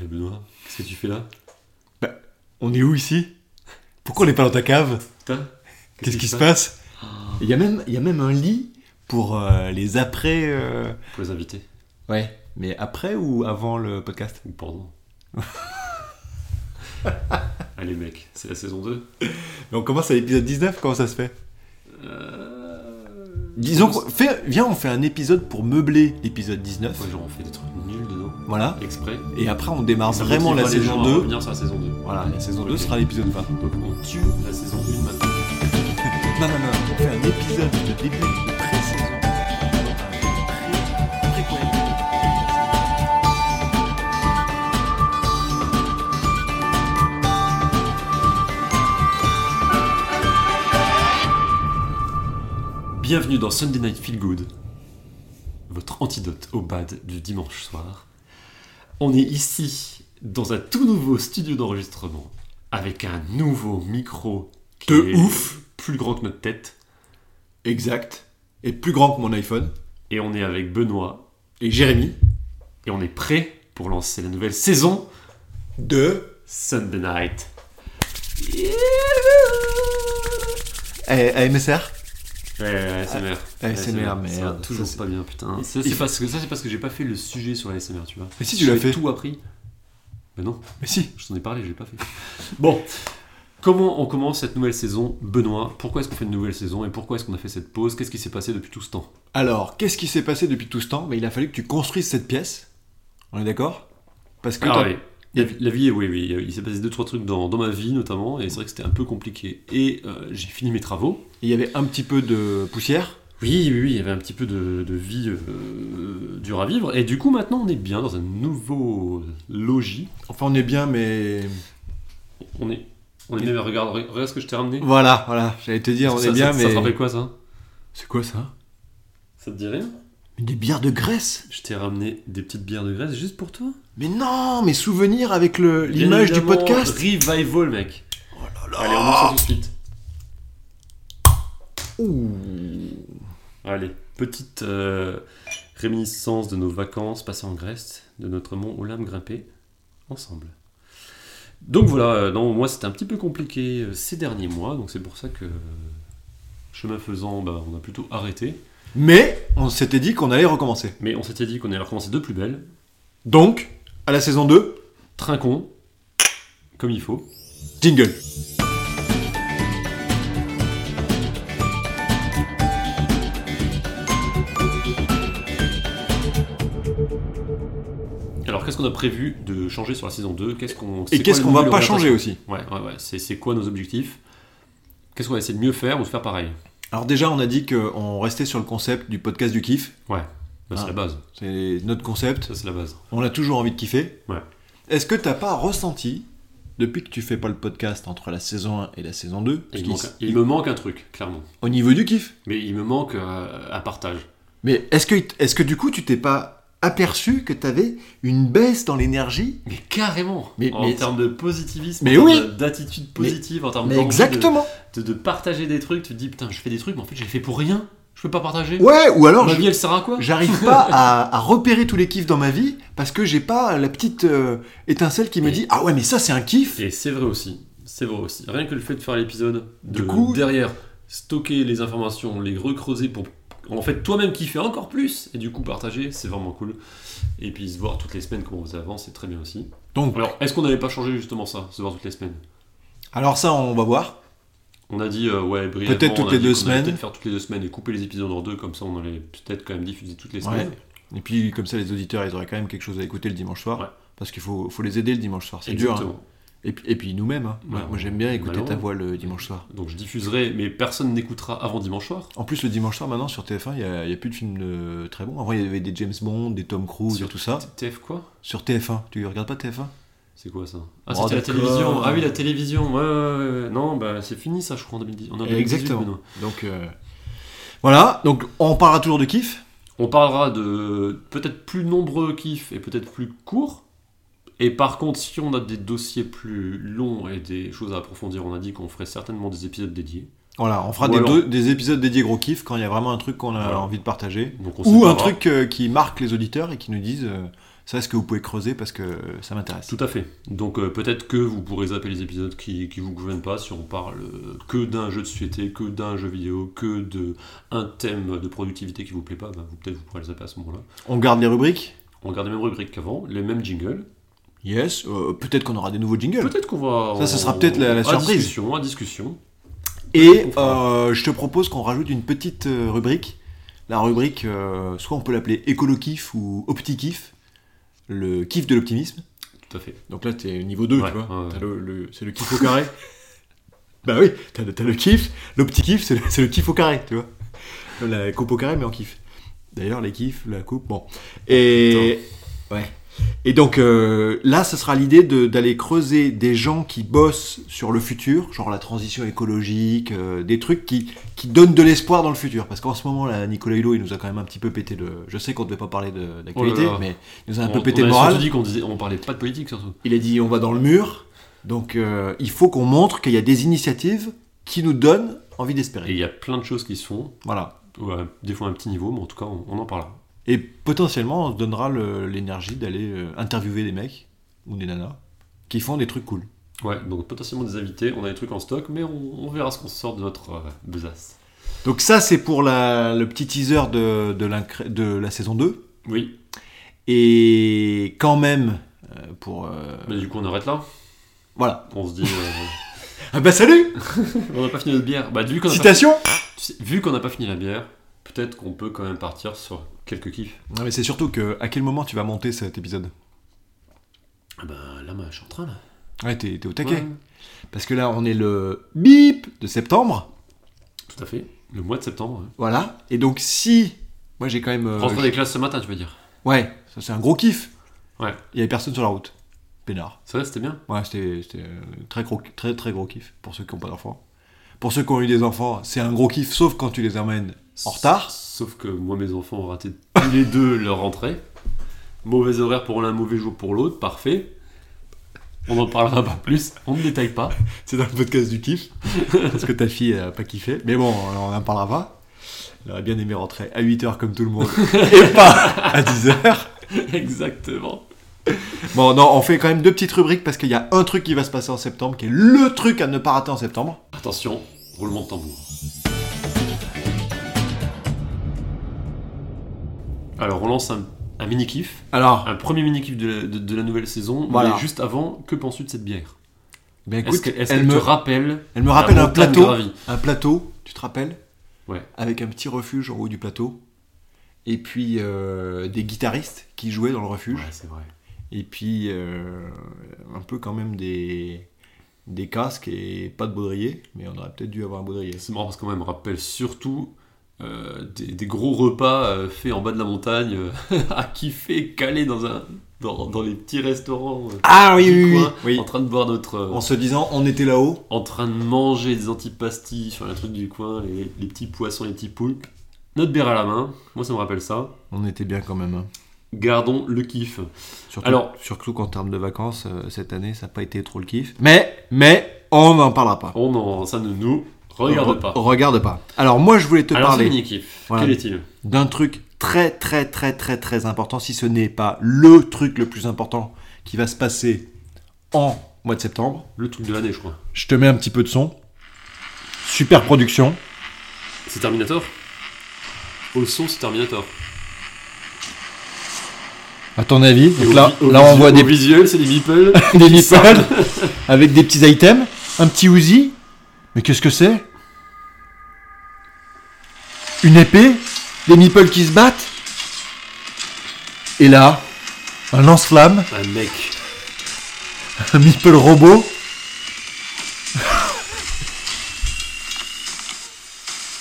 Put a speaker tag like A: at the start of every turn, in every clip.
A: Eh, Benoît, qu'est-ce que tu fais là
B: On est où ici Pourquoi on n'est pas dans ta cave
A: Putain
B: Qu'est-ce qui se passe
A: Ah,
B: Il y, a même- il y a même un lit pour euh, les après. euh,
A: Pour les invités,
B: Ouais. Mais après ou avant le podcast
A: ou pendant. Allez mec, c'est la saison 2.
B: Mais On commence à l'épisode 19, comment ça se fait
A: Euh...
B: Disons qu'on fait- Viens, on fait un épisode pour meubler l'épisode 19.
A: Ouais, genre on fait des trucs nuls dedans,
B: Voilà.
A: exprès.
B: Et après, on démarre
A: Ça
B: Ah, vraiment la
A: motivera les
B: saison
A: gens à
B: 2.
A: revenir sur la saison 2.
B: Voilà, la saison
A: Ok.
B: 2 sera l'épisode 20.
A: Donc on tue la saison 1 maintenant.
B: Non, non, non, on fait un épisode de début de pré-saison. Un pré- pré-quoi
A: Bienvenue dans Sunday Night Feel Good, votre antidote au bad du dimanche soir. On est ici dans un tout nouveau studio d'enregistrement avec un nouveau micro qui
B: De
A: est
B: ouf.
A: plus grand que notre tête.
B: Exact. Et plus grand que mon iPhone.
A: Et on est avec Benoît
B: Et Jérémy.
A: et on est prêt pour lancer la nouvelle saison
B: De.
A: Sunday Night.
B: AMSR.
A: Ouais, ouais, ASMR.
B: Ah, ASMR,
A: ça
B: merde,
A: va toujours
B: ça, c'est-
A: pas bien, putain. Ça,
B: Il-
A: c'est parce que, ça, c'est parce que j'ai pas fait le sujet sur la SMR, tu vois.
B: Mais si, tu l'as
A: J'avais
B: fait.
A: tout appris. Mais non.
B: Mais si.
A: Je t'en ai parlé, je l'ai pas fait. Bon, comment on commence cette nouvelle saison, Benoît Pourquoi est-ce qu'on fait une nouvelle saison et pourquoi est-ce qu'on a fait cette pause Qu'est-ce qui s'est passé depuis tout ce temps
B: Alors, qu'est-ce qui s'est passé depuis tout ce temps Mais il a fallu que tu construises cette pièce. On est d'accord Parce que.
A: Ah
B: t'as-
A: oui, la, vie- la vie, oui, oui, il s'est passé deux trois trucs dans, dans ma vie notamment et c'est vrai que c'était un peu compliqué. Et euh, j'ai fini mes travaux.
B: Il y avait un petit peu de poussière.
A: Oui, oui, oui, il y avait un petit peu de, de vie euh, dure à vivre. Et du coup, maintenant, on est bien dans un nouveau logis.
B: Enfin, on est bien, mais.
A: On est, on est même, regarde, regarde ce que je t'ai ramené.
B: Voilà, voilà. J'allais te dire, on
A: Ça-
B: est bien,
A: ça, Ça
B: mais.
A: te rappelle quoi, ça
B: C'est quoi ça
A: Ça te dit rien
B: Mais des bières de Grèce
A: Je t'ai ramené des petites bières de Grèce juste pour toi.
B: Mais non, mes souvenirs avec le-
A: Bien
B: l'image du
A: évidemment,
B: podcast Oh!
A: Revival, mec. Allez, on ouvre ça
B: Ah.
A: tout de suite. Allez, petite euh, réminiscence de nos vacances passées en Grèce, de notre mont Olam grimpé ensemble. Donc voilà, euh, non, moi c'était un petit peu compliqué euh, ces derniers mois, donc c'est pour ça que, euh, chemin faisant, bah, on a plutôt arrêté.
B: Mais on s'était dit qu'on allait recommencer.
A: Mais on s'était dit qu'on allait recommencer de plus belle,
B: Donc, à la saison 2,
A: trinquons, comme il faut.
B: jingle.
A: Alors qu'est-ce qu'on a prévu de changer sur la saison 2 Qu'est-ce qu'on c'est
B: Et qu'est-ce
A: quoi
B: qu'on
A: le
B: va
A: nouvel
B: pas
A: orientation
B: changer aussi
A: Ouais, ouais, ouais. C'est, c'est quoi nos objectifs Qu'est-ce qu'on va essayer de mieux faire ou de faire pareil
B: Alors déjà, on a dit qu'on restait sur le concept du podcast du kiff.
A: Ouais, Bah, c'est
B: Ah.
A: la base.
B: C'est notre concept.
A: Ça, c'est la base.
B: On a toujours envie de kiffer.
A: Ouais.
B: Est-ce que t'as pas ressenti, depuis que tu fais pas le podcast entre la saison 1 et la saison 2,
A: Il,
B: parce
A: manque-
B: qu'il-
A: il me manque un truc, clairement.
B: au niveau du kiff
A: Mais il me manque euh, un partage.
B: Mais est-ce que, est que du coup, tu t'es pas aperçu que t'avais une baisse dans l'énergie
A: Mais carrément
B: Mais-
A: En
B: mais-
A: termes de positivisme,
B: Mais
A: en termes
B: oui.
A: de- d'attitude positive, en termes
B: Mais
A: d'envie de-
B: exactement
A: De, de partager des trucs, tu te dis putain, je fais des trucs, mais en fait, je les fais pour rien. Je peux pas partager.
B: Ouais, ou alors
A: Ma
B: je-
A: vie, elle sert à quoi
B: j'arrive pas à, à repérer tous les kiffs dans ma vie parce que j'ai pas la petite euh, étincelle qui me
A: Et-
B: dit Ah ouais, mais ça c'est un kiff
A: Et c'est vrai aussi. C'est vrai aussi. Rien que le fait de faire l'épisode, de
B: Du coup-
A: derrière, stocker les informations, les recreuser pour en fait toi-même kiffer encore plus et du coup partager, c'est vraiment cool. Et puis se voir toutes les semaines comment on faisait avant, c'est très bien aussi.
B: Donc,
A: Alors, est-ce qu'on n'avait pas changé justement ça, se voir toutes les semaines
B: alors ça, on va voir.
A: On a dit, euh, ouais, brièvement,
B: Peut-être toutes
A: on a
B: les
A: dit
B: deux
A: qu'on allait
B: semaines.
A: Peut-être faire toutes les deux semaines et couper les épisodes en deux, comme ça on allait peut-être quand même diffuser toutes les semaines.
B: Et puis, comme ça, les auditeurs, ils auraient quand même quelque chose à écouter le dimanche soir.
A: Ouais.
B: Parce qu'il faut, faut les aider le dimanche soir, c'est dur.
A: Exactement.
B: hein. Et, puis- et puis nous-mêmes, hein. moi,
A: Ouais,
B: moi, j'aime bien écouter
A: malheureux.
B: ta voix le dimanche soir.
A: Donc je diffuserai, mais personne n'écoutera avant dimanche soir.
B: En plus, le dimanche soir, maintenant, sur TF1, il n'y a, il y a plus de films euh, très bons. Avant, il y avait des James Bond, des Tom Cruise
A: Sur
B: et tout ça.
A: TF quoi
B: Sur TF1, tu regardes pas TF1
A: C'est quoi ça Ah,
B: Oh,
A: c'était la
B: d'accord.
A: télévision. Ah oui, la télévision. Ouais, ouais, ouais, ouais. Non, bah c'est fini ça, je crois, en 2010. en 2018,
B: Exactement.
A: Benoît.
B: Donc, euh, voilà. Donc, on parlera toujours de kiff.
A: On parlera de peut-être plus nombreux kiffs et peut-être plus courts. Et par contre, si on a des dossiers plus longs et des choses à approfondir, on a dit qu'on ferait certainement des épisodes dédiés.
B: Voilà, on fera
A: Ou
B: des,
A: alors-
B: deux- des épisodes dédiés gros kiff quand il y a vraiment un truc qu'on a
A: Voilà.
B: envie de partager.
A: Donc on
B: Ou un
A: séparera.
B: truc euh, qui marque les auditeurs et qui nous disent euh, ça, est-ce que vous pouvez creuser parce que ça m'intéresse.
A: Tout à fait. Donc euh, peut-être que vous pourrez zapper les épisodes qui, qui vous conviennent pas si on parle euh, que d'un jeu de société, que d'un jeu vidéo, que de un thème de productivité qui vous plaît pas, ben, vous peut-être vous pourrez les zapper à ce moment-là.
B: On garde les rubriques
A: On garde les mêmes rubriques qu'avant, les mêmes jingles.
B: Yes. euh, peut-être qu'on aura des nouveaux jingles.
A: Peut-être qu'on va
B: Hmm. Ça, ça sera peut-être la- la
A: à
B: surprise.
A: discussion, à discussion.
B: Et
A: On fera.
B: euh, je te propose qu'on rajoute une petite euh, rubrique. La rubrique, euh, soit on peut l'appeler écolo-kiff ou opti-kiff, le kiff de l'optimisme.
A: Tout à fait.
B: Donc là, t'es niveau 2,
A: Ouais,
B: tu vois.
A: ouais, ouais.
B: T'as le, le- c'est le kiff au carré. bah oui, t'as, le- t'as le kiff. L'opti-kiff, c'est le, c'est le kiff au carré, tu vois. La coupe au carré, mais en kiff. D'ailleurs, les kiffs, la coupe, bon. Et.
A: Ah,
B: ouais. Et donc euh, là, ça sera l'idée de- d'aller creuser des gens qui bossent sur le futur, genre la transition écologique, euh, des trucs qui, qui donnent de l'espoir dans le futur. Parce qu'en ce moment, là, Nicolas Hulot, il nous a quand même un petit peu pété le. Je sais qu'on ne devait pas parler de- d'actualité,
A: Oh là là.
B: mais il nous a un
A: on,
B: peu pété
A: on
B: le
A: avait
B: moral.
A: surtout dit qu'on disait, on parlait pas de politique surtout.
B: Il a dit on va dans le mur. Donc euh, il faut qu'on montre qu'il y a des initiatives qui nous donnent envie
A: Et
B: d'espérer.
A: il y a plein de choses qui se font,
B: Voilà.
A: ouais, des fois à un petit niveau, mais en tout cas on, on en parlera.
B: Et potentiellement, on se donnera le- l'énergie d'aller euh, interviewer des mecs ou des nanas qui font des trucs cool.
A: Ouais, donc potentiellement des invités, on a des trucs en stock, mais on, on verra ce qu'on sort de notre euh, besace.
B: Donc ça, c'est pour la- le petit teaser de, de la, cré- de la saison 2.
A: Oui,
B: Et quand même, euh, pour... euh,
A: mais du coup on arrête là.
B: voilà.
A: On se dit, euh,
B: Ah bah salut
A: on n'a pas fini notre bière. Bah vu qu'on n'a pas,
B: Citation
A: tu sais, vu qu'on n'a pas fini la bière, peut-être qu'on peut quand même partir sur quelques kiffs.
B: Non mais c'est surtout que à quel moment tu vas monter cet épisode
A: Ah bah là, moi, je suis en train là.
B: Ouais, t'es t'es au
A: Ok.
B: taquet. Parce que là, on est le bip de septembre.
A: Tout à fait. Le mois de septembre. hein. ouais.
B: Voilà. Et donc si moi j'ai quand même euh,
A: Rentrée
B: j-
A: des classes ce matin, tu veux dire.
B: ouais, ça c'est un gros kiff.
A: Ouais.
B: Il y avait personne sur la route. Pénard.
A: Ça va, c'était bien.
B: Ouais, c'était c'était un très gros très très gros kiff pour ceux qui n'ont pas d'enfants. Pour ceux qui ont eu des enfants, c'est un gros kiff sauf quand tu les emmènes en retard.
A: Sauf que moi, mes enfants ont raté tous les deux leur rentrée. Mauvais horaire pour l'un, mauvais jour pour l'autre, parfait. On n'en parlera pas plus, on ne détaille pas.
B: C'est dans le podcast du kiff parce que ta fille elle a pas kiffé. Mais bon, on en parlera pas. Elle aurait bien aimé rentrer à 8h comme tout le monde et pas à 10h.
A: Exactement.
B: Bon, non, on fait quand même deux petites rubriques parce qu'il y a un truc qui va se passer en septembre qui est le truc à ne pas rater en septembre.
A: Attention, roulement de tambour. Alors, on lance un, un mini-kiff.
B: Alors,
A: Un premier mini-kiff de, la- de- de la nouvelle saison.
B: Voilà.
A: Mais juste avant, que penses-tu de cette bière
B: ben
A: Est-ce
B: écoute,
A: que- est-ce qu'elle
B: elle, me,
A: te rappelle
B: elle me rappelle
A: la
B: un
A: montagne
B: plateau.
A: gravie
B: Un plateau, tu te rappelles
A: Ouais.
B: Avec un petit refuge en haut du plateau. Et puis euh, des guitaristes qui jouaient dans le refuge.
A: Ouais, c'est vrai.
B: Et puis euh, un peu quand même des, des casques et pas de baudrier. Mais on aurait peut-être dû avoir un baudrier.
A: C'est marrant parce qu'on me rappelle surtout euh, des, des gros repas euh, faits en bas de la montagne, euh, à kiffer, calés dans, un, dans, dans les petits restaurants euh,
B: Ah oui,
A: du
B: oui, oui,
A: coin,
B: oui.
A: en train de boire notre. euh,
B: En se disant, on était là-haut.
A: en train de manger des antipastilles sur un truc du coin, les, les petits poissons, les petits poulpes. Notre bière à la main, moi ça me rappelle ça.
B: On était bien quand même. hein.
A: Gardons le kiff.
B: Surtout,
A: Alors-
B: surtout qu'en termes de vacances, euh, cette année, ça n'a pas été trop le kiff. Mais, mais, on n'en parlera pas.
A: On en, ça ne nous
B: Re-
A: regarde pas.
B: Regarde pas. Alors, moi, je voulais te
A: Alors c'est
B: parler
A: mini kiff.
B: Voilà.
A: Quel est-il
B: d'un truc très, très, très, très, très important, si ce n'est pas le truc le plus important qui va se passer en mois de septembre.
A: Le truc de l'année, je crois.
B: Je te mets un petit peu de son. Super production.
A: C'est Terminator. Au son, c'est Terminator.
B: À ton avis,
A: Et
B: donc
A: au
B: là,
A: vi- au
B: là on
A: visu-
B: voit
A: au
B: des,
A: visuel, c'est des meeples.
B: des
A: qui sortent.
B: nipples avec des petits items, un petit Uzi. Mais qu'est-ce que c'est Une épée Des nipples qui se battent Et là, un lance-flamme,
A: Un Ah, mec.
B: un nipple robot.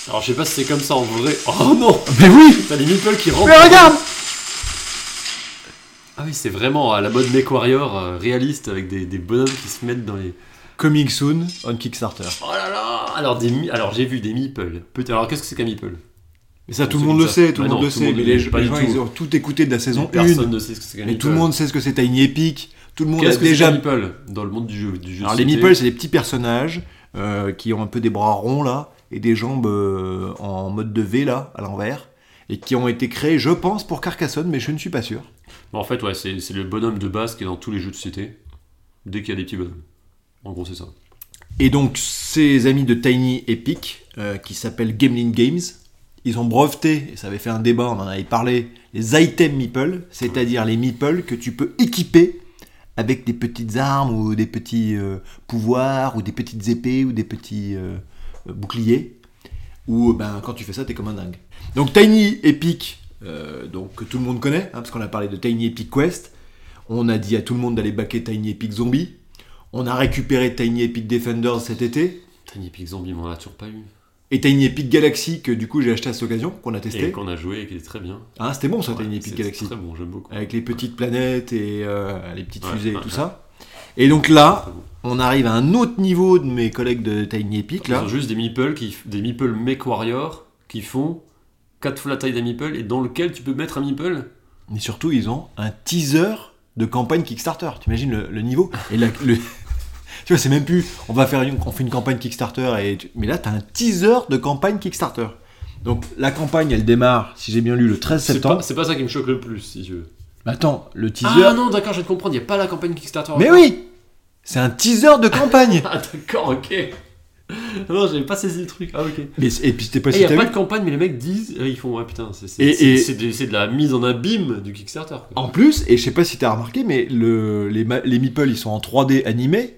A: Alors je sais pas si c'est comme ça en vrai. Oh non
B: Mais oui
A: T'as les meeples qui rentrent.
B: Mais regarde
A: Ah oui, c'est vraiment à la mode Mech Warrior euh, réaliste avec des, des bonhommes qui se mettent dans les.
B: Coming soon on Kickstarter.
A: Oh là là Alors des mi- alors j'ai vu des meeples. Petit- Alors qu'est-ce que c'est qu'un meeple
B: Mais ça, tout le
A: C'est
B: monde
A: comme
B: le
A: ça.
B: sait, tout le
A: Mais
B: monde
A: non,
B: le
A: tout
B: sait.
A: le
B: Mais
A: monde
B: les,
A: le- pas
B: les
A: du
B: gens,
A: tout.
B: ils ont tout écouté de la saison 1.
A: Personne ne sait ce que c'est qu'un
B: Mais
A: meeple.
B: tout le monde sait ce que c'est Tiny Epic. Tout le monde a
A: Qu'est-ce que c'est
B: déjà
A: qu'un meeple dans le monde du jeu du jeu de
B: Alors les
A: société
B: meeples, c'est des petits personnages euh, qui ont un peu des bras ronds là et des jambes euh, en mode de V là à l'envers et qui ont été créés, je pense, pour Carcassonne, mais je ne suis pas sûr.
A: Bon, en fait, ouais, c'est c'est le bonhomme de base qui est dans tous les jeux de société, dès qu'il y a des petits bonhommes. En gros, c'est ça.
B: Et donc, ses amis de Tiny Epic, euh, qui s'appellent Gamelin Games, ils ont breveté, et ça avait fait un débat, on en avait parlé, les items meeple, c'est-à-dire les meeple que tu peux équiper avec des petites armes ou des petits euh, pouvoirs ou des petites épées ou des petits euh, euh, boucliers. Ou ben, quand tu fais ça, t'es comme un dingue. Donc Tiny Epic, euh, donc, que tout le monde connaît, hein, parce qu'on a parlé de Tiny Epic Quest, on a dit à tout le monde d'aller baquer Tiny Epic Zombie, on a récupéré Tiny Epic Defenders cet été,
A: Tiny Epic Zombie, mais on en a toujours pas eu.
B: et Tiny Epic Galaxy que du coup j'ai acheté à cette occasion, qu'on a
A: Et
B: testé.
A: qu'on a joué et qui était très bien.
B: Ah, c'était bon ça,
A: Ouais,
B: Tiny Epic
A: c'est
B: Galaxy. Euh,
A: très bon, j'aime beaucoup.
B: Avec les petites planètes et euh, les petites
A: Ouais,
B: fusées et
A: ouais,
B: tout
A: ouais.
B: ça. Et donc là,
A: Très bon.
B: on arrive à un autre niveau de mes collègues de Tiny Epic
A: Ils
B: là.
A: ont juste des meeples, qui, des meeples mech warrior qui font 4 fois la taille d'un meeple et dans lequel tu peux mettre un meeple.
B: Mais surtout, ils ont un teaser de campagne Kickstarter. T'imagines le, le niveau Et là, le... tu vois, c'est même plus. On va faire une, on fait une campagne Kickstarter et tu- mais là, t'as un teaser de campagne Kickstarter. Donc la campagne, elle démarre, si j'ai bien lu, le 13
A: C'est
B: septembre.
A: pas, c'est pas ça qui me choque le plus, si tu veux.
B: Mais attends, le teaser.
A: Ah non, d'accord, je vais te comprendre, il n'y a pas la campagne Kickstarter.
B: mais oui, c'est un teaser de campagne.
A: Ah d'accord, ok. Ah Non, j'avais pas saisi le truc. Ah ok.
B: Mais c'est- et puis c'était pas
A: Il
B: si
A: n'y a
B: t'as
A: pas
B: vu.
A: de campagne, mais les mecs disent, euh, ils font, ouais putain, c'est c'est-
B: Et-
A: c'est-
B: et-
A: c'est de, c'est de la mise en abîme du Kickstarter. quoi.
B: En plus, et je sais pas si t'as remarqué, mais le, les, ma- les meeples ils sont en 3D animés.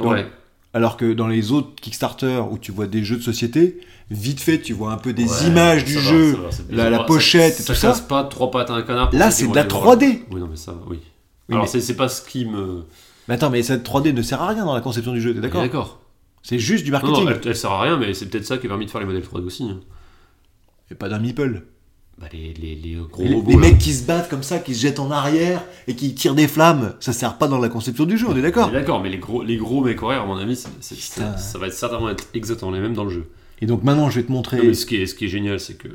B: donc,
A: ouais.
B: Alors que dans les autres Kickstarter où tu vois des jeux de société, vite fait tu vois un peu des
A: Ouais,
B: images du
A: ça va,
B: jeu.
A: ça va, c'est
B: la-
A: bizarre.
B: la
A: Ça-
B: pochette et tout ça.
A: Ça casse pas trois pattes à un canard. pour
B: Là,
A: ceux qui
B: c'est
A: vont
B: de la
A: aller voir.
B: 3D.
A: Oui, non, mais ça, va, oui.
B: Oui,
A: Alors,
B: mais-
A: c'est- c'est pas ce qui me.
B: Mais attends, mais cette 3D ne sert à rien dans la conception du jeu, t'es d'accord
A: D'accord.
B: C'est juste du
A: Non,
B: marketing.
A: non, elle, elle sert à rien, mais c'est peut-être ça qui a permis de faire les modèles 3D aussi. hein.
B: Et pas d'un meeple.
A: Bah, les, les, les gros
B: Et Les,
A: robots.
B: les
A: là.
B: mecs qui se battent comme ça, qui se jettent en arrière et qui tirent des flammes, ça sert pas dans la conception du jeu, on est d'accord
A: Mais D'accord, mais les gros, les gros mecs horaires, à mon avis, c'est- c'est- c'est-
B: Putain.
A: ça va être certainement être exactement les mêmes dans le jeu.
B: Et donc maintenant je vais te montrer.
A: Non, mais ce, qui est, ce qui est génial, c'est que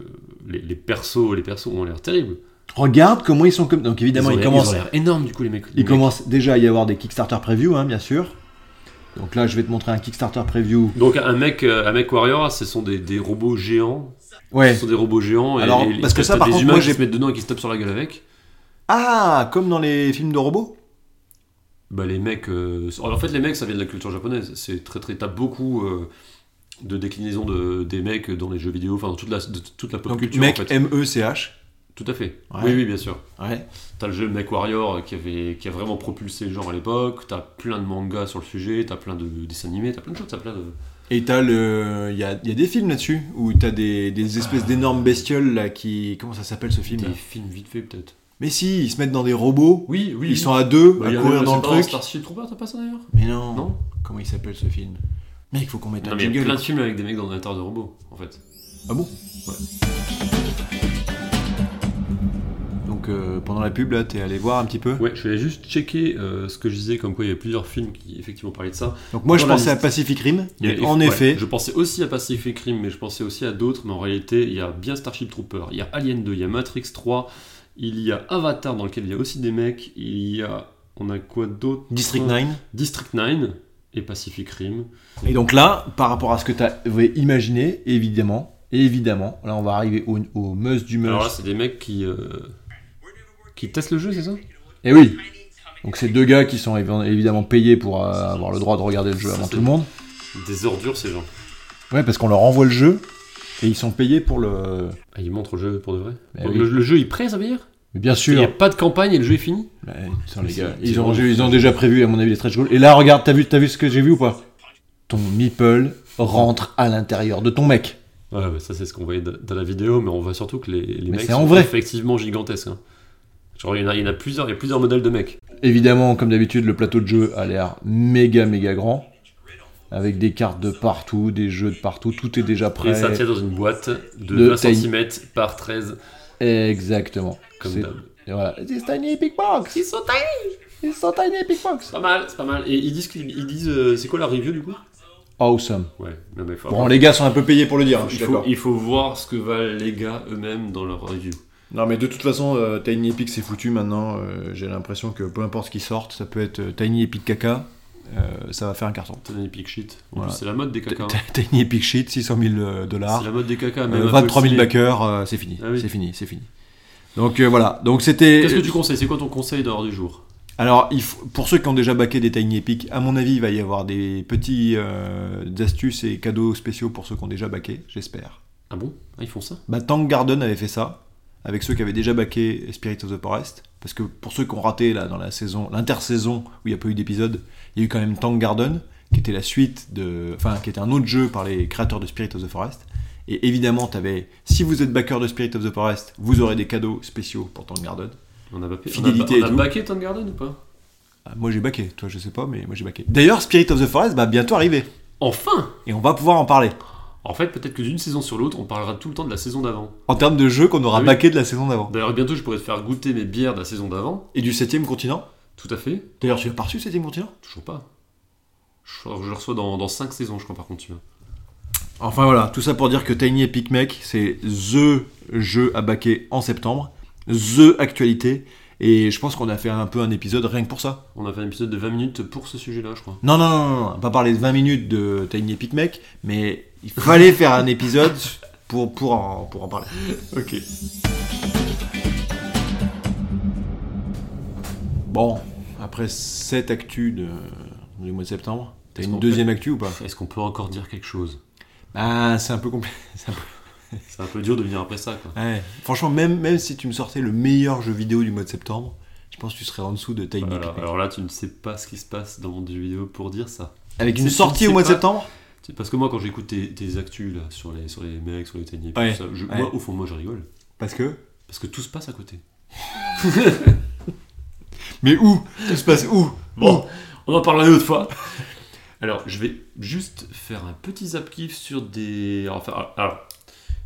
A: les, les persos, les persos ont l'air terribles.
B: Regarde comment ils sont comme. Donc évidemment
A: ils, ont
B: ils
A: l'air-
B: commencent.
A: Ils ont l'air énormes, du coup, les mecs. les
B: Il
A: mecs.
B: commence déjà à y avoir des Kickstarter preview, hein, bien sûr. Donc là, je vais te montrer un Kickstarter preview.
A: Donc, un mec, euh, un mec warrior, ce sont des, des robots géants.
B: Ouais.
A: Ce sont des robots géants. Et,
B: Alors,
A: et-
B: parce que
A: t'as-
B: ça,
A: t'as
B: par
A: des
B: contre,
A: humains
B: moi,
A: qui
B: j'ai-
A: se mettent dedans et qui se tapent sur la gueule avec.
B: Ah, comme dans les films de robots
A: Bah, les mecs. euh, sont- alors, en fait, les mecs, ça vient de la culture japonaise. C'est très, très. T'as beaucoup euh, de déclinaisons de, des mecs dans les jeux vidéo, enfin, dans toute la, de- toute la pop
B: Donc,
A: culture,
B: mec E
A: en fait.
B: M-E-C-H.
A: Tout à fait.
B: Ouais.
A: Oui, oui, bien sûr.
B: Ouais.
A: T'as le jeu Mech Warrior euh, qui, avait, qui a vraiment propulsé le genre à l'époque. T'as plein de mangas sur le sujet. T'as plein de dessins animés. T'as plein de choses. T'as plein de.
B: Et t'as le. Il y a, il y a des films là-dessus, où t'as des, des espèces d'énormes bestioles là qui. Comment ça s'appelle ce film là
A: Des films vite fait, peut-être.
B: Mais si, ils se mettent dans des robots,
A: Oui, oui.
B: ils sont à deux,
A: Bah,
B: à
A: il y a
B: courir
A: même-
B: dans le
A: c'est pas
B: truc.
A: Starship Trooper, t'as pas ça d'ailleurs
B: Mais non.
A: Non
B: Comment il s'appelle ce film Mec, il faut qu'on mette
A: Non,
B: un
A: mais il y a
B: jingle.
A: plein de films avec des mecs dans des de robots, en fait.
B: Ah bon Donc euh, pendant la pub là, t'es allé voir un petit peu.
A: Ouais, je vais juste checker euh, ce que je disais, comme quoi il y avait plusieurs films qui effectivement parlaient de ça.
B: Donc moi je
A: Dans la
B: pensais à
A: liste.
B: Pacific Rim.
A: Il y a-
B: mais en
A: ouais,
B: effet,
A: Je pensais aussi à Pacific Rim, mais je pensais aussi à d'autres, mais en réalité, il y a bien Starship Trooper, il y a Alien 2, il y a Matrix 3, il y a Avatar dans lequel il y a aussi des mecs, il y a. On a quoi d'autre
B: District 9.
A: District 9 et Pacific Rim.
B: Et donc là, par rapport à ce que t'avais imaginé, évidemment, évidemment, là on va arriver au, au Meuse du
A: Alors là,
B: Meuse.
A: c'est des mecs qui. euh, qui testent le jeu, c'est ça
B: Et Eh oui. Donc c'est deux gars qui sont évi- évidemment payés pour euh, avoir le droit de regarder le jeu
A: Ça,
B: avant
A: c'est-
B: tout le monde.
A: Des ordures, ces gens.
B: Ouais, parce qu'on leur envoie le jeu et ils sont payés pour le.
A: Ah, ils montrent le jeu pour de vrai
B: Bah
A: Donc
B: oui.
A: le, le jeu, il prêt, ça veut dire
B: Mais bien
A: Il n'y a
B: sûr.
A: pas de campagne et le jeu est fini
B: Bah, putain, les
A: C'est-
B: gars,
A: c'est
B: ils ont,
A: drôle.
B: ils ont déjà prévu à mon avis des stretch goals. Et là, regarde, t'as vu, t'as vu ce que j'ai vu ou pas Ton meeple rentre à l'intérieur de ton mec.
A: Ouais, ouais, ça c'est ce qu'on voyait d- dans la vidéo, mais on voit surtout que les, les
B: Mais
A: mecs
B: c'est
A: sont
B: en vrai.
A: effectivement gigantesques. hein. Genre, il y, en a, il y en a plusieurs, il y a plusieurs modèles de mecs.
B: Évidemment, comme d'habitude, le plateau de jeu a l'air méga méga grand. Avec des cartes de partout, des jeux de partout, tout est déjà
A: Et
B: prêt.
A: ça tient dans une boîte de,
B: De
A: 20
B: taille.
A: cm par 13,
B: Exactement.
A: comme
B: C'est-
A: d'hab.
B: et voilà. It's tiny epic box
A: Ils sont taille
B: It's so tiny epic
A: C'est
B: box
A: pas mal, c'est pas mal. Et ils disent, qu'ils- ils disent euh, c'est quoi la review du coup
B: Awesome.
A: Ouais, non, mais faut
B: Bon, les gars sont un peu payés pour le dire, hein, je
A: il,
B: suis
A: faut,
B: d'accord.
A: il faut voir ce que valent les gars eux-mêmes dans leur review.
B: Non, mais de toute façon, euh, Tiny Epic c'est foutu maintenant. euh, J'ai l'impression que peu importe ce qui sorte, ça peut être euh, Tiny Epic caca, euh, ça va faire un carton.
A: Tony Epic Shit. En
B: Voilà.
A: plus, c'est la mode des cacas. hein.
B: Tiny Epic shit, 600 000 dollars,
A: C'est la mode des cacas. Même
B: euh,
A: Apple
B: 23 000
A: Silicon.
B: backers, euh, c'est fini,
A: Ah oui.
B: c'est fini, c'est fini. Donc euh, voilà, donc c'était...
A: Qu'est-ce que tu conseilles C'est quoi ton conseil d'heure du jour
B: Alors, il faut- pour ceux qui ont déjà baqué des Tiny Epic, à mon avis, il va y avoir des petits euh, des astuces et cadeaux spéciaux pour ceux qui ont déjà baqué, j'espère.
A: Ah bon Ah, ils font ça
B: Bah, Tank Garden avait fait ça, avec ceux qui avaient déjà baqué Spirit of the Forest, parce que pour ceux qui ont raté là, dans la saison, l'intersaison, où il n'y a pas eu d'épisode, il y a eu quand même Tank Garden, qui était la suite de... Enfin, qui était un autre jeu par les créateurs de Spirit of the Forest. Et évidemment, t'avais, si vous êtes backer de Spirit of the Forest, vous aurez des cadeaux spéciaux pour Tank Garden.
A: On a, baqué- on
B: Fidélité
A: a,
B: et
A: ba- on a
B: tout.
A: baqué Town Garden ou pas
B: Ah, Moi j'ai baqué, toi je sais pas, mais moi j'ai baqué. D'ailleurs, Spirit of the Forest va bientôt arriver.
A: Enfin
B: Et on va pouvoir en parler.
A: En fait, peut-être que d'une saison sur l'autre, on parlera tout le temps de la saison d'avant.
B: En termes de jeux qu'on aura
A: Ah oui.
B: baqué de la saison d'avant.
A: D'ailleurs, bientôt, je pourrais te faire goûter mes bières de la saison d'avant.
B: Et du 7ème continent
A: Tout à fait.
B: D'ailleurs, tu as pas reçu 7ème continent
A: Toujours pas. Je, crois que je le reçois dans, dans 5 saisons, je crois, par contre, tu vois.
B: Enfin voilà, tout ça pour dire que Tiny Epic Mech, c'est THE jeu à baquer en septembre, THE actualité, et je pense qu'on a fait un peu un épisode rien que pour ça.
A: On a fait un épisode de 20 minutes pour ce sujet-là, je crois.
B: Non, non, non, non, non, pas parler de 20 minutes de Tiny Epic Mech, mais il fallait faire un épisode pour, pour, en, pour en parler.
A: Ok.
B: Bon, après cette actu de, du mois de septembre, t'as
A: Est-ce
B: une
A: qu'on
B: deuxième actu ou pas
A: Est-ce qu'on peut encore dire quelque chose
B: Ah, c'est un peu compliqué. c'est un peu-
A: C'est un peu dur de venir après ça, quoi.
B: Ouais. Franchement, même, même si tu me sortais le meilleur jeu vidéo du mois de septembre, je pense que tu serais en dessous de Tiny Epic
A: Alors,
B: Mech.
A: alors Oh là, tu ne sais pas ce qui se passe dans le monde du vidéo pour dire ça.
B: Avec
A: c'est-
B: une
A: tu
B: sortie
A: sais
B: au mois de
A: pas.
B: septembre
A: C'est Parce que moi, quand j'écoute tes, tes actus là, sur les, sur les mecs, sur les teigniers,
B: Ouais,
A: tout ça, je-
B: ouais.
A: moi, au fond, moi, je rigole.
B: Parce que.
A: Parce que tout se passe à côté.
B: Mais où Tout se passe où
A: Bon, on en parlera une autre fois. Alors, je vais juste faire un petit zap kiff sur des. Enfin, alors, alors,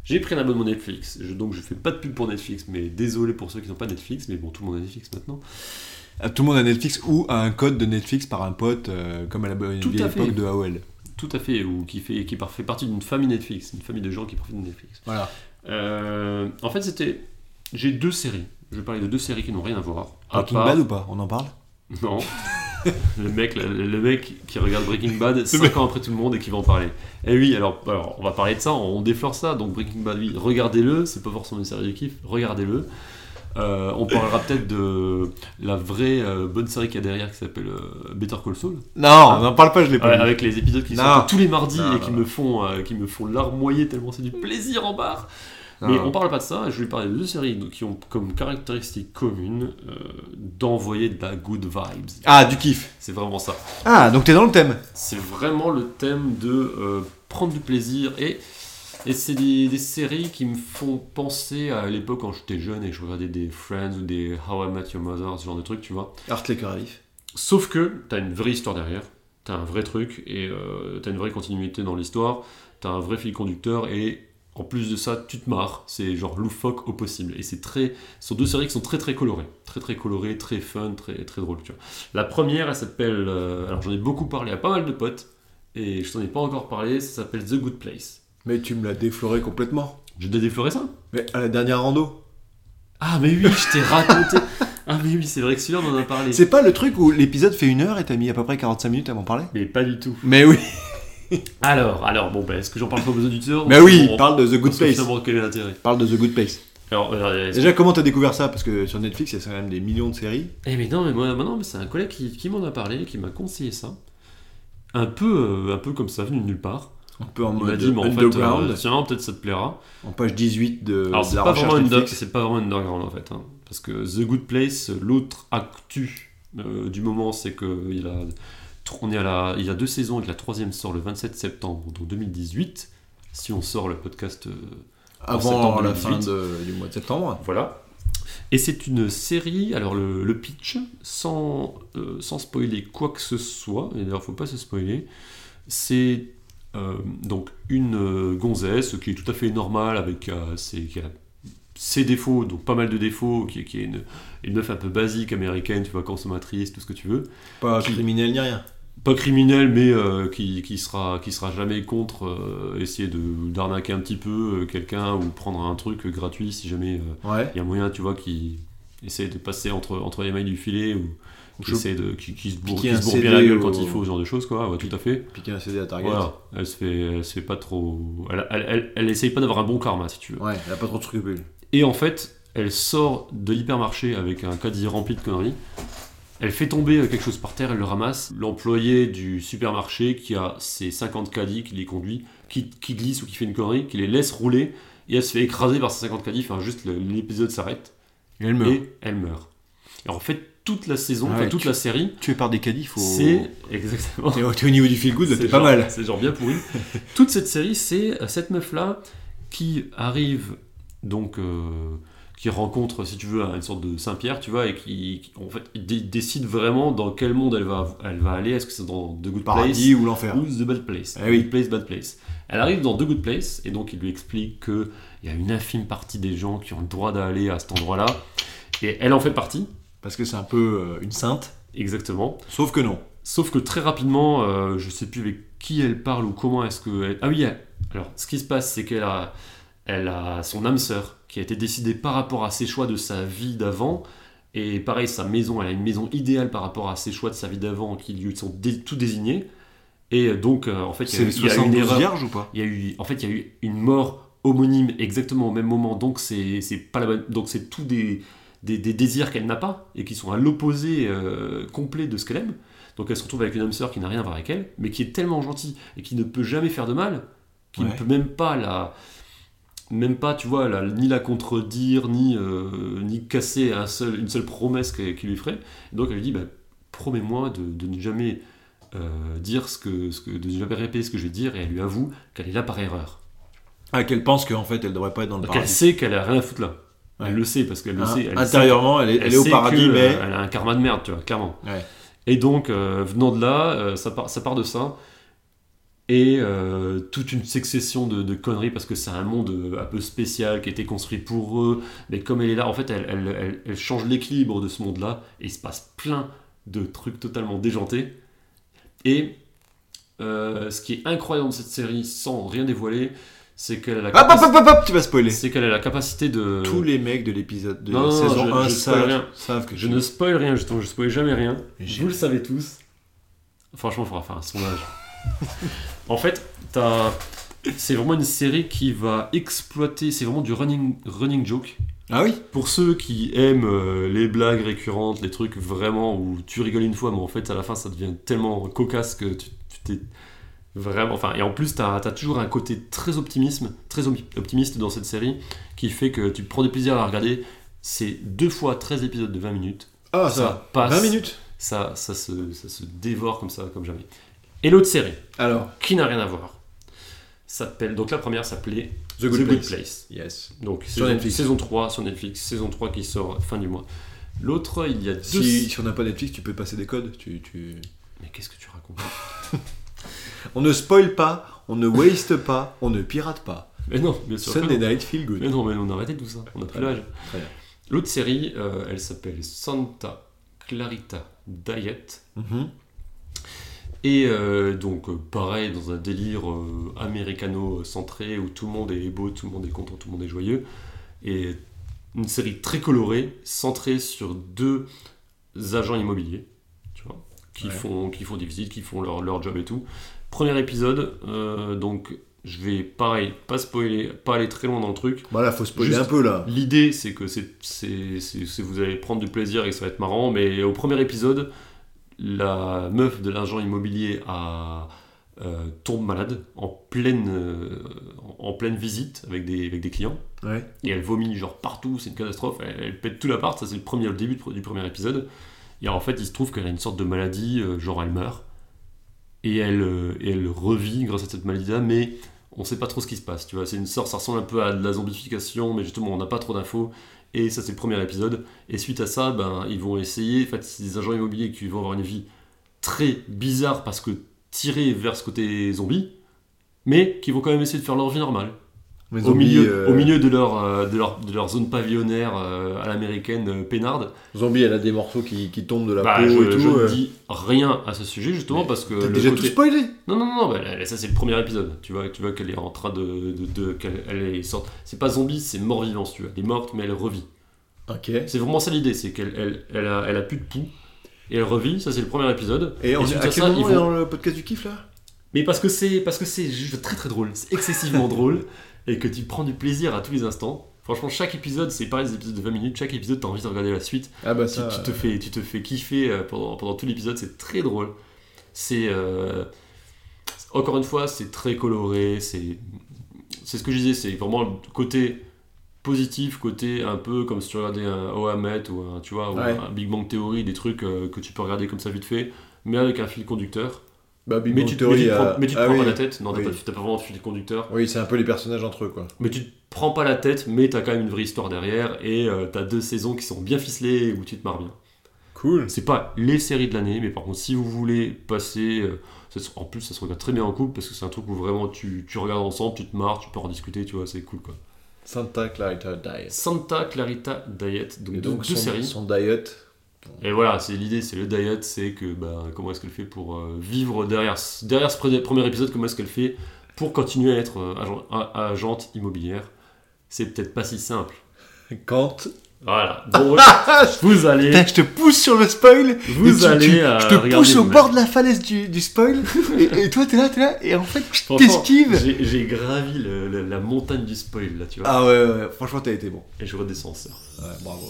A: j'ai pris un abonnement Netflix, je- donc je fais pas de pub pour Netflix, mais désolé pour ceux qui n'ont pas Netflix, mais bon, tout le monde a Netflix maintenant.
B: Ah, Tout le monde a Netflix ou a un code de Netflix par un pote, euh, comme à la bonne
A: Tout
B: vieille
A: à fait.
B: époque de AOL.
A: Tout à fait, ou qui fait, qui par- fait partie d'une famille Netflix, une famille de gens qui profitent de Netflix.
B: Voilà.
A: Euh, en fait, c'était. J'ai deux séries. Je vais parler de deux séries qui n'ont rien à voir. À
B: Breaking
A: part-
B: Bad ou pas On en parle
A: Non. le, mec, le, le mec qui regarde Breaking Bad 5 ans après tout le monde et qui va en parler. Eh oui, alors, alors, on va parler de ça, on déflore ça. Donc Breaking Bad, oui, regardez-le, c'est pas forcément une série de kiff, regardez-le. Euh, on parlera peut-être de la vraie euh, bonne série qu'il y a derrière qui s'appelle euh, Better Call Saul.
B: Non, on n'en parle pas, je l'ai
A: Ouais,
B: pas vu.
A: avec les épisodes qui
B: Eh ben Non.
A: sortent tous les mardis
B: Non,
A: et qui
B: non,
A: me font euh, qui me font larmoyer tellement c'est du plaisir en barre.
B: Non.
A: Mais on parle pas de ça, je vais parler de deux séries donc, qui ont comme caractéristique commune euh, d'envoyer de la good vibes.
B: Ah, du kiff.
A: C'est vraiment ça.
B: Ah, donc t'es dans le thème.
A: C'est vraiment le thème de euh, prendre du plaisir et, et c'est des, des séries qui me font penser à l'époque quand j'étais jeune et je regardais des Friends ou des How I Met Your Mother, ce genre de trucs, tu vois.
B: Artlecker Alif.
A: Sauf que t'as une vraie histoire derrière, t'as un vrai truc, et euh, t'as une vraie continuité dans l'histoire, t'as un vrai fil conducteur, et en plus de ça, tu te marres. C'est genre loufoque au possible. Et c'est très. Ce sont deux séries qui sont très très colorées. Très très colorées, très fun, très très drôle. Tu vois. La première, elle s'appelle. euh, alors j'en ai beaucoup parlé à pas mal de potes, et je t'en ai pas encore parlé, ça s'appelle The Good Place.
B: Mais tu me l'as défloré complètement.
A: Je dois déflorer ça
B: Mais à la dernière rando.
A: Ah, mais oui, je t'ai raconté Ah, mais oui, c'est vrai que celui-là, on en a parlé.
B: C'est pas le truc où l'épisode fait une heure et t'as mis à peu près 45 minutes à m'en parler
A: Mais pas du tout.
B: Mais oui.
A: Alors, alors, bon, ben, est-ce que j'en parle pas aux auditeurs
B: Mais oui,
A: On-
B: parle de The Good
A: Oh. Parce que
B: Place.
A: finalement, quel est l'intérêt
B: Parle de The Good Place.
A: Alors, euh,
B: Déjà, comment t'as découvert ça Parce que sur Netflix, il y a quand même des millions de séries.
A: eh mais non, mais moi, moi, non, mais c'est un collègue qui, qui m'en a parlé, qui m'a conseillé ça. Un peu, euh, un peu comme ça, venu de nulle part.
B: Un peu en
A: Il
B: mode
A: m'a dit, mais en fait,
B: underground.
A: euh, tiens, peut-être ça te plaira.
B: En page 18 de,
A: Alors,
B: de
A: c'est
B: la
A: pas, vraiment
B: recherche
A: under-
B: Netflix.
A: c'est pas vraiment underground en fait. hein. parce que The Good Place, l'autre actu euh, du moment, c'est que il a, on est à la, il y a deux saisons et que la troisième sort le 27 septembre, donc 2018. Si on sort le podcast euh, en
B: Avant
A: septembre
B: la fin
A: 2018.
B: de- du mois de septembre.
A: Voilà. Et c'est une série, alors le, le pitch, sans, euh, sans spoiler quoi que ce soit, et d'ailleurs faut pas se spoiler, c'est euh, donc une euh, gonzesse qui est tout à fait normale, avec euh, ses, qui a ses défauts, donc pas mal de défauts, qui, qui est une, une meuf un peu basique américaine, tu vois, consommatrice, tout ce que tu veux.
B: Pas
A: Qui-
B: criminel ni rien.
A: Pas criminelle, mais euh, qui, qui, sera, qui sera jamais contre euh, essayer de d'arnaquer un petit peu euh, quelqu'un ou prendre un truc gratuit si jamais... euh,
B: Ouais.
A: il y a moyen, tu vois, qui essaie de passer entre, entre les mailles du filet ou ou qui
B: Je-
A: essaie de qui, qui se bourre,
B: Piquer
A: qui
B: un
A: se bourre bien
B: CD
A: la gueule
B: au-
A: quand il faut, ce genre de choses, quoi. Ouais, tout à fait.
B: Piquer un CD à Target.
A: Voilà, elle se fait, elle se fait pas trop. Elle, elle, elle- elle essaye pas d'avoir un bon karma, si tu veux.
B: Ouais, elle a pas trop de scrupules.
A: Et en fait, Elle sort de l'hypermarché avec un caddie rempli de conneries. Elle fait tomber euh, quelque chose par terre, elle le ramasse. L'employé du supermarché qui a ses 50 caddies, qui les conduit, qui, qui glisse ou qui fait une connerie, qui les laisse rouler, et elle se fait écraser par ses 50 caddies. Enfin, juste le- l'épisode s'arrête
B: Et elle meurt.
A: et elle meurt. Et en fait, toute la saison,
B: Ah
A: enfin,
B: ouais,
A: toute
B: tu-
A: la série,
B: Tué par des caddies, faut.
A: c'est exactement.
B: T'es t'es au niveau du feel good, là,
A: C'est
B: t'es pas
A: genre-
B: mal.
A: C'est genre bien pourri. Toute cette série, c'est euh, cette meuf-là qui arrive, donc, euh, qui rencontre, si tu veux, une sorte de Saint-Pierre, tu vois, et qui, qui, en fait, dé- décide vraiment dans quel monde elle va, elle va aller. Est-ce que c'est dans The Good
B: Paradis ou l'enfer.
A: Place ou The Bad Place
B: Ah
A: The
B: oui.
A: Good Place, Bad Place. Elle arrive dans The Good Place, et donc il lui explique qu'il y a une infime partie des gens qui ont le droit d'aller à cet endroit-là. Et elle en fait partie,
B: Parce que c'est un peu euh, une sainte.
A: exactement.
B: Sauf que non.
A: Sauf que très rapidement, euh, je sais plus avec qui elle parle ou comment est-ce que. elle- Ah oui, elle- alors ce qui se passe, c'est qu'elle a, elle a son âme sœur qui a été décidée par rapport à ses choix de sa vie d'avant. Et pareil, sa maison, elle a une maison idéale par rapport à ses choix de sa vie d'avant qui lui sont dé- tout désignés. Et donc, euh, en fait, il y
B: C'est
A: a
B: les
A: eu- il y, a eu une
B: 72
A: erreur.
B: vierges ou pas
A: Il y a eu, en fait, il y a eu une mort homonyme exactement au même moment. Donc, c'est c'est pas la bonne- Donc, c'est tout des, des, des désirs qu'elle n'a pas et qui sont à l'opposé euh, complet de ce qu'elle aime. Donc, elle se retrouve avec une âme sœur qui n'a rien à voir avec elle, mais qui est tellement gentille et qui ne peut jamais faire de mal, qui
B: Ouais.
A: ne peut même pas la. Même pas, tu vois, la- ni la contredire, ni, euh, ni casser un seul, une seule promesse qu'elle- qu'il lui ferait. Donc elle lui dit bah, Promets-moi de, de ne jamais euh, dire ce que, ce que. de ne jamais répéter ce que je vais dire, et elle lui avoue qu'elle est là par erreur.
B: Ah, qu'elle pense qu'en fait elle devrait pas être dans le
A: Donc elle
B: paradis.
A: sait qu'elle a rien à foutre là.
B: Ouais.
A: Elle le sait parce qu'elle le
B: Hein,
A: sait. Elle sait-
B: Intérieurement, elle est, elle est au
A: sait
B: paradis,
A: que,
B: mais.
A: euh, elle a un karma de merde, tu vois, clairement.
B: Ouais.
A: Et donc, euh, venant de là, euh, ça, part, ça part de ça. Et euh, toute une succession de, de conneries parce que c'est un monde euh, un peu spécial qui a été construit pour eux. Mais comme elle est là, en fait, elle, elle- elle- elle change l'équilibre de ce monde-là. Et il se passe plein de trucs totalement déjantés. Et euh, ce qui est incroyable dans cette série, sans rien dévoiler, c'est qu'elle a la,
B: Hop, hop,
A: capaci-
B: hop, hop, hop, tu vas spoiler.
A: c'est qu'elle a la capacité de.
B: Tous les mecs de l'épisode de
A: Euh, Non,
B: la
A: non,
B: saison
A: je-
B: 1
A: je spoil rien.
B: savent, savent que
A: Je ne spoil rien, justement, je spoil jamais rien.
B: J'ai-
A: Vous le savez tous. Franchement, il faudra faire un sondage. en fait, t'as- c'est vraiment une série qui va exploiter, c'est vraiment du running, running joke.
B: Ah oui
A: Pour ceux qui aiment euh, les blagues récurrentes, les trucs vraiment où tu rigoles une fois, mais en fait, à la fin, ça devient tellement cocasse que tu tu t'es vraiment. Enfin, et en plus, t'as as toujours un côté très optimisme, très op- optimiste dans cette série, qui fait que tu prends du plaisir à la regarder. C'est deux fois 13 épisodes de 20 minutes.
B: Ah, ça.
A: ça passe
B: 20 minutes
A: ça, ça, se, ça se dévore comme ça, comme jamais. Et l'autre série,
B: Alors,
A: qui n'a rien à voir, s'appelle. Donc la première s'appelait
B: The Good Place. yes.
A: Donc
B: Sur
A: saison,
B: Netflix.
A: saison 3 sur Netflix, saison 3 qui sort fin du mois. L'autre, il y a deux.
B: Si, si on n'a pas Netflix, tu peux passer des codes. Tu, tu...
A: Mais qu'est-ce que tu racontes
B: On ne spoil pas, on ne waste pas, on ne pirate pas.
A: Mais non, bien sûr. que
B: Sunday
A: non.
B: Night Feel
A: Mais
B: Good.
A: non, mais on a arrêté tout ça, on a
B: Très
A: plus l'âge.
B: Très bien.
A: L'autre série, euh, elle s'appelle Santa Clarita Diet.
B: Mhm.
A: Et euh, donc, euh, pareil, dans un délire euh, américano-centré où tout le monde est beau, tout le monde est content, tout le monde est joyeux. Et une série très colorée, centrée sur deux agents immobiliers, tu vois, qui,
B: Ouais.
A: font, qui font des visites, qui font leur, leur job et tout. Premier épisode, euh, donc je vais, pareil, pas spoiler, pas aller très loin dans le truc.
B: Bah là, faut spoiler
A: Juste-
B: un peu là.
A: L'idée, c'est que c'est, c'est, c'est- c'est- vous allez prendre du plaisir et que ça va être marrant, mais au premier épisode, la meuf de l'agent immobilier a, euh, tombe malade en pleine, euh, en en pleine visite avec des, avec des clients,
B: Ouais.
A: et elle vomit genre partout, c'est une catastrophe, elle, elle pète tout l'appart, ça c'est le, premier, le début de- du premier épisode, et en fait il se trouve qu'elle a une sorte de maladie, euh, genre elle meurt, et elle, euh, et elle revit grâce à cette maladie-là, mais on sait pas trop ce qui se passe, tu vois. C'est une sorte, ça ressemble un peu à de la zombification, mais justement, on n'a pas trop d'infos. Et ça, c'est le premier épisode. Et suite à ça, ben, ils vont essayer. En fait, c'est des agents immobiliers qui vont avoir une vie très bizarre parce que tirés vers ce côté zombie, mais qui vont quand même essayer de faire leur vie normale.
B: Mais
A: au,
B: zombie,
A: milieu,
B: euh,
A: au milieu de leur, euh, de leur, de leur zone pavillonnaire euh, à l'américaine euh, peinarde.
B: Zombie, elle a des morceaux qui, qui tombent de la
A: Bah,
B: peau
A: je,
B: et tout.
A: je ne
B: euh.
A: dis rien à ce sujet, justement,
B: Mais
A: parce que.
B: T'as
A: le
B: déjà
A: côté-
B: tout spoilé
A: non, non, non, bah, là, là, ça c'est le premier épisode. Tu vois, tu vois qu'elle est en train de. de, de- qu'elle elle est sorte. C'est pas zombie, c'est mort-vivant, si tu veux. Elle est morte, mais elle revit.
B: Ok.
A: C'est vraiment ça l'idée, c'est qu'elle elle, elle a, elle a plus de poux. Et elle revit, ça c'est le premier épisode.
B: Et on
A: suite
B: à quel
A: ça,
B: moment
A: ils
B: on est
A: vont-
B: dans le podcast du kiff là
A: Mais parce que c'est parce que c'est juste très très drôle, c'est excessivement drôle et que tu prends du plaisir à tous les instants. Franchement, chaque épisode, c'est pareil, des épisodes de 20 minutes. Chaque épisode, t'as envie de regarder la suite.
C: Ah bah
A: Tu,
C: ça.
A: tu te, fais, tu te fais kiffer euh, pendant, pendant tout l'épisode. C'est très drôle. C'est. euh, encore une fois, c'est très coloré. C'est c'est ce que je disais. C'est vraiment le côté positif, côté un peu comme si tu regardais un Ohamet ou un, tu vois, ou
C: Ouais.
A: un Big Bang Theory, des trucs euh, que tu peux regarder comme ça vite fait, mais avec un fil conducteur.
C: Bah, Big
A: Mais
C: Bang
A: tu, te- mais
C: Theory,
A: tu te
C: euh,
A: prends, mais tu te
C: ah
A: prends
C: oui.
A: pas la tête, non, t'as
C: Oui.
A: pas, t'as pas vraiment de fil conducteur.
C: Oui, c'est un peu les personnages entre eux, quoi.
A: Mais tu te prends pas la tête, mais t'as quand même une vraie histoire derrière et euh, t'as deux saisons qui sont bien ficelées où tu te marres bien.
C: Cool.
A: C'est pas les séries de l'année, mais par contre, si vous voulez passer. euh, ça se- en plus, ça se regarde très bien en couple parce que c'est un truc où vraiment tu, tu regardes ensemble, tu te marres, tu peux en discuter, tu vois, c'est cool quoi.
C: Santa Clarita Diet.
A: Santa Clarita Diet, donc,
C: Et
A: deux,
C: donc, son,
A: deux séries.
C: son diet.
A: Et voilà, c'est l'idée, c'est le diet, c'est que bah, comment est-ce qu'elle fait pour euh, vivre derrière, ce- derrière ce pre- premier épisode, comment est-ce qu'elle fait pour continuer à être euh, agent- a- agente immobilière. C'est peut-être pas si simple.
C: Kant.
A: Voilà. Donc, vous allez,
B: Putain, je te pousse sur le spoil. et tu-
A: vous
B: tu-
A: allez. euh,
B: je te
A: regarder
B: pousse au
A: vous-même.
B: bord de la falaise du, du spoil. et, et toi, t'es là, t'es là. Et en fait, je
A: Franchement,
B: t'esquive.
A: J'ai j'ai gravi le- le- la montagne du spoil là, tu vois.
B: Ah ouais, ouais, ouais, franchement, t'as été bon.
A: Et je redescends ça.
B: Ouais, bravo.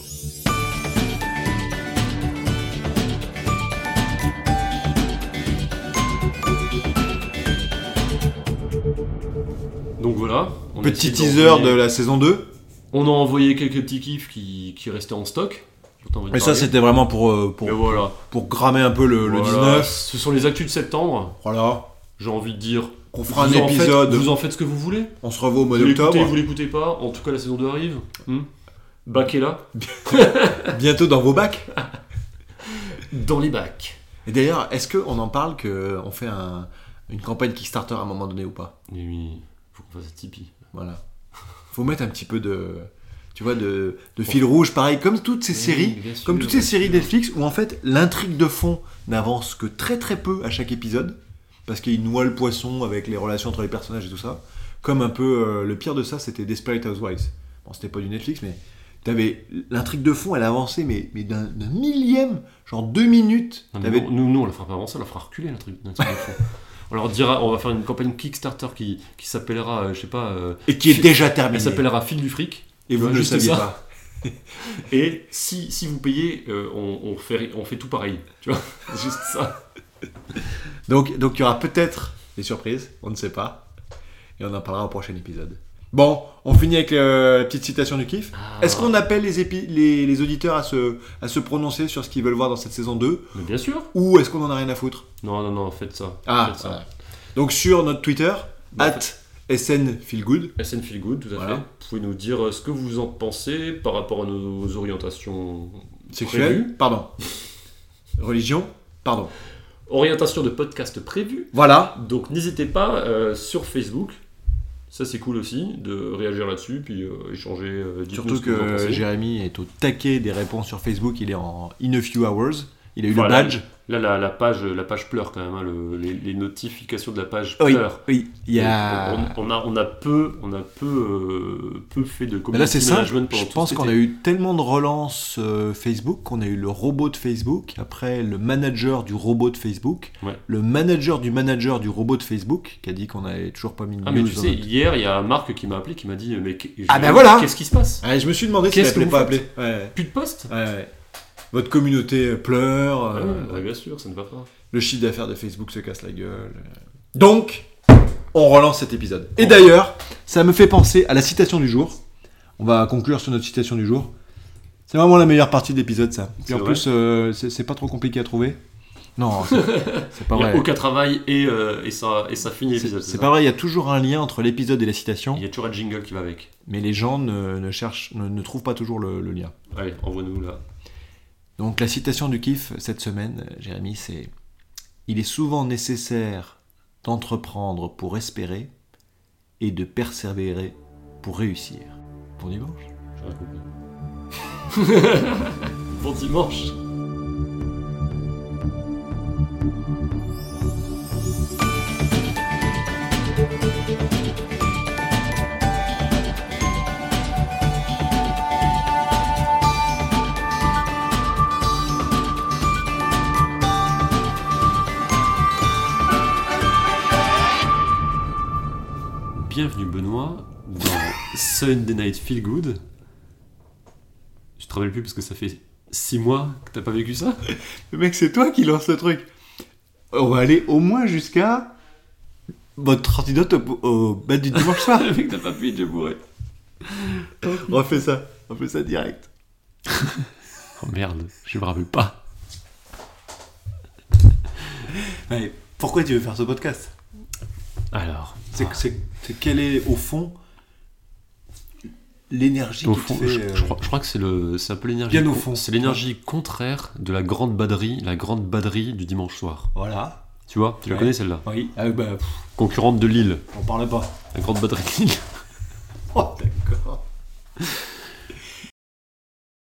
A: Donc voilà. on a
B: Petit
A: essayé
B: teaser
A: d'envoyer-
B: de la saison 2.
A: On a envoyé quelques petits kiffs qui, qui restaient en stock. dont on va
B: Mais ça,
A: parler.
B: c'était vraiment pour, euh, pour,
A: Mais voilà.
B: pour grammer un peu le, le
A: Voilà.
B: 19.
A: Ce sont les actus de septembre.
B: Voilà.
A: J'ai envie de dire.
B: On fera un
A: vous en faites-
B: épisode.
A: vous en faites ce que vous voulez.
B: On se revoit au mois
A: Vous l'écoutez, vous
B: d'octobre.
A: l'écoutez pas. En tout cas, la saison 2 arrive. Hmm Baquez-la.
B: Bientôt dans vos bacs.
A: Dans les bacs.
B: Et d'ailleurs, est-ce qu'on en parle qu'on fait un- une campagne Kickstarter à un moment donné ou pas
A: Mais oui, faut qu'on fasse un Tipeee.
B: Voilà. Faut mettre un petit peu de. Tu vois, de, de fil rouge, pareil, comme toutes ces séries. Comme toutes ces séries Netflix où en fait l'intrigue de fond n'avance que très très peu à chaque épisode, parce qu'ils noient le poisson avec les relations entre les personnages et tout ça. Comme un peu euh, le pire de ça, c'était Desperate Housewives. Bon, c'était pas du Netflix, mais t'avais l'intrigue de fond, elle avançait, mais, mais d'un d'un millième, genre deux minutes.
A: Non, mais
B: T'avais-
A: non, nous, nous, on la fera pas avancer, on la fera reculer, notre, notre truc de fond. On leur dira, on va faire une campagne Kickstarter qui, qui s'appellera, euh, je sais pas, euh,
B: Et qui est déjà terminée.
A: elle s'appellera Fil du fric.
B: Et vous
A: Ouais,
B: ne le
A: juste
B: saviez
A: ça.
B: pas.
A: Et si, si vous payez, euh, on, on fait, on fait tout pareil. Tu vois, juste ça.
B: Donc donc il y aura peut-être des surprises, on ne sait pas. Et on en parlera au prochain épisode. Bon, on finit avec euh, la petite citation du kiff.
A: Ah.
B: Est-ce qu'on appelle les, épi- les, les auditeurs à se, à se prononcer sur ce qu'ils veulent voir dans cette saison 2
A: Mais bien sûr.
B: ou est-ce qu'on en a rien à foutre
A: Non, non, non, faites ça.
B: Ah,
A: faites ça. Bah,
B: voilà. Donc sur notre Twitter,
A: Bon,
B: at SNFeelGood,
A: SN Feel Good, tout à
B: Voilà.
A: fait. Vous pouvez nous dire euh, ce que vous en pensez par rapport à nos orientations.
B: sexuel,
A: Prévu.
B: pardon. Religion, pardon.
A: Orientation de podcast prévues.
B: Voilà.
A: Donc n'hésitez pas euh, sur Facebook, ça c'est cool aussi, de réagir là-dessus, puis euh, échanger. euh, dites-nous
B: Surtout
A: ce vous en
B: que
A: pensez.
B: Jérémy est au taquet des réponses sur Facebook, il est en in a few hours, il a eu
A: Voilà.
B: le badge.
A: Là, la, la page, la page pleure quand même, hein, le- les, les notifications de la page
B: Oui,
A: pleurent.
B: oui, il y a...
A: On, on a, on a peu, on a peu, euh, peu fait de
B: Mais là,
A: community
B: c'est simple.
A: management
B: Je
A: pendant tout
B: pense
A: cet
B: qu'on a
A: été.
B: eu tellement de relances euh, Facebook qu'on a eu le robot de Facebook, après le manager du robot de Facebook,
A: Ouais.
B: le manager du manager du robot de Facebook qui a dit qu'on n'avait toujours pas mis de
A: Ah,
B: news
A: mais tu
B: dans
A: sais,
B: notre-
A: hier, il y a Marc qui m'a appelé, qui m'a dit Mais qu-
B: Ah, ben
A: je-
B: voilà
A: qu'est-ce qui se passe
B: Ah, je me suis demandé si
A: Qu'est-ce
B: elle
A: que
B: pas
A: vous
B: appelé. Ouais,
A: Plus de poste
B: ouais, ouais. Votre communauté pleure,
A: Ah
B: euh,
A: oui, bah, Bien sûr, ça ne va pas.
B: le chiffre d'affaires de Facebook se casse la gueule. Donc, on relance cet épisode. Et
A: On-
B: d'ailleurs, ça me fait penser à la citation du jour. On va conclure sur notre citation du jour. C'est vraiment la meilleure partie de l'épisode, ça.
A: C'est
B: Et en
A: vrai
B: plus, euh, c'est c'est pas trop compliqué à trouver. Non, c'est c'est pas
A: Il n'y a
B: vrai.
A: aucun travail et, euh, et, ça, et ça finit
B: C'est
A: l'épisode.
B: c'est
A: ça
B: pas vrai, il y a toujours un lien entre l'épisode et la citation,
A: Il y a toujours un jingle qui va avec.
B: mais les gens ne, ne cherchent, ne, ne trouvent pas toujours le, le lien.
A: Allez, envoie-nous là.
B: Donc la citation du kiff cette semaine, euh, Jérémy, c'est Il est souvent nécessaire d'entreprendre pour espérer et de persévérer pour réussir. Bon dimanche.
A: J'aurais compris. bon dimanche Bienvenue Benoît dans Sunday Night Feel Good. Je te rappelle plus parce que ça fait 6 mois que t'as pas vécu ça.
B: Le mec, c'est toi qui lance le truc. On va aller au moins jusqu'à votre antidote au, au bal du dimanche soir.
A: Le mec, t'as pas pu, j'ai bourré.
B: on fait ça. On fait ça direct.
A: Oh merde, je me rappelle pas.
B: Ouais, pourquoi tu veux faire ce podcast
A: Alors,
B: C'est c'est- c'est quelle est, au fond, l'énergie
A: au
B: qui te
A: fond,
B: fait...
A: je,
B: euh,
A: je crois, je crois que c'est le, c'est un peu l'énergie.
B: Bien au
A: con-
B: fond.
A: C'est l'énergie contraire de la grande batterie, la grande batterie du dimanche soir.
B: Voilà.
A: Tu vois, tu la
B: Ouais.
A: connais celle-là.
B: Oui. Ah, bah, pff,
A: Concurrente de Lille,
B: on parle pas.
A: la grande batterie de Lille.
B: Oh, d'accord.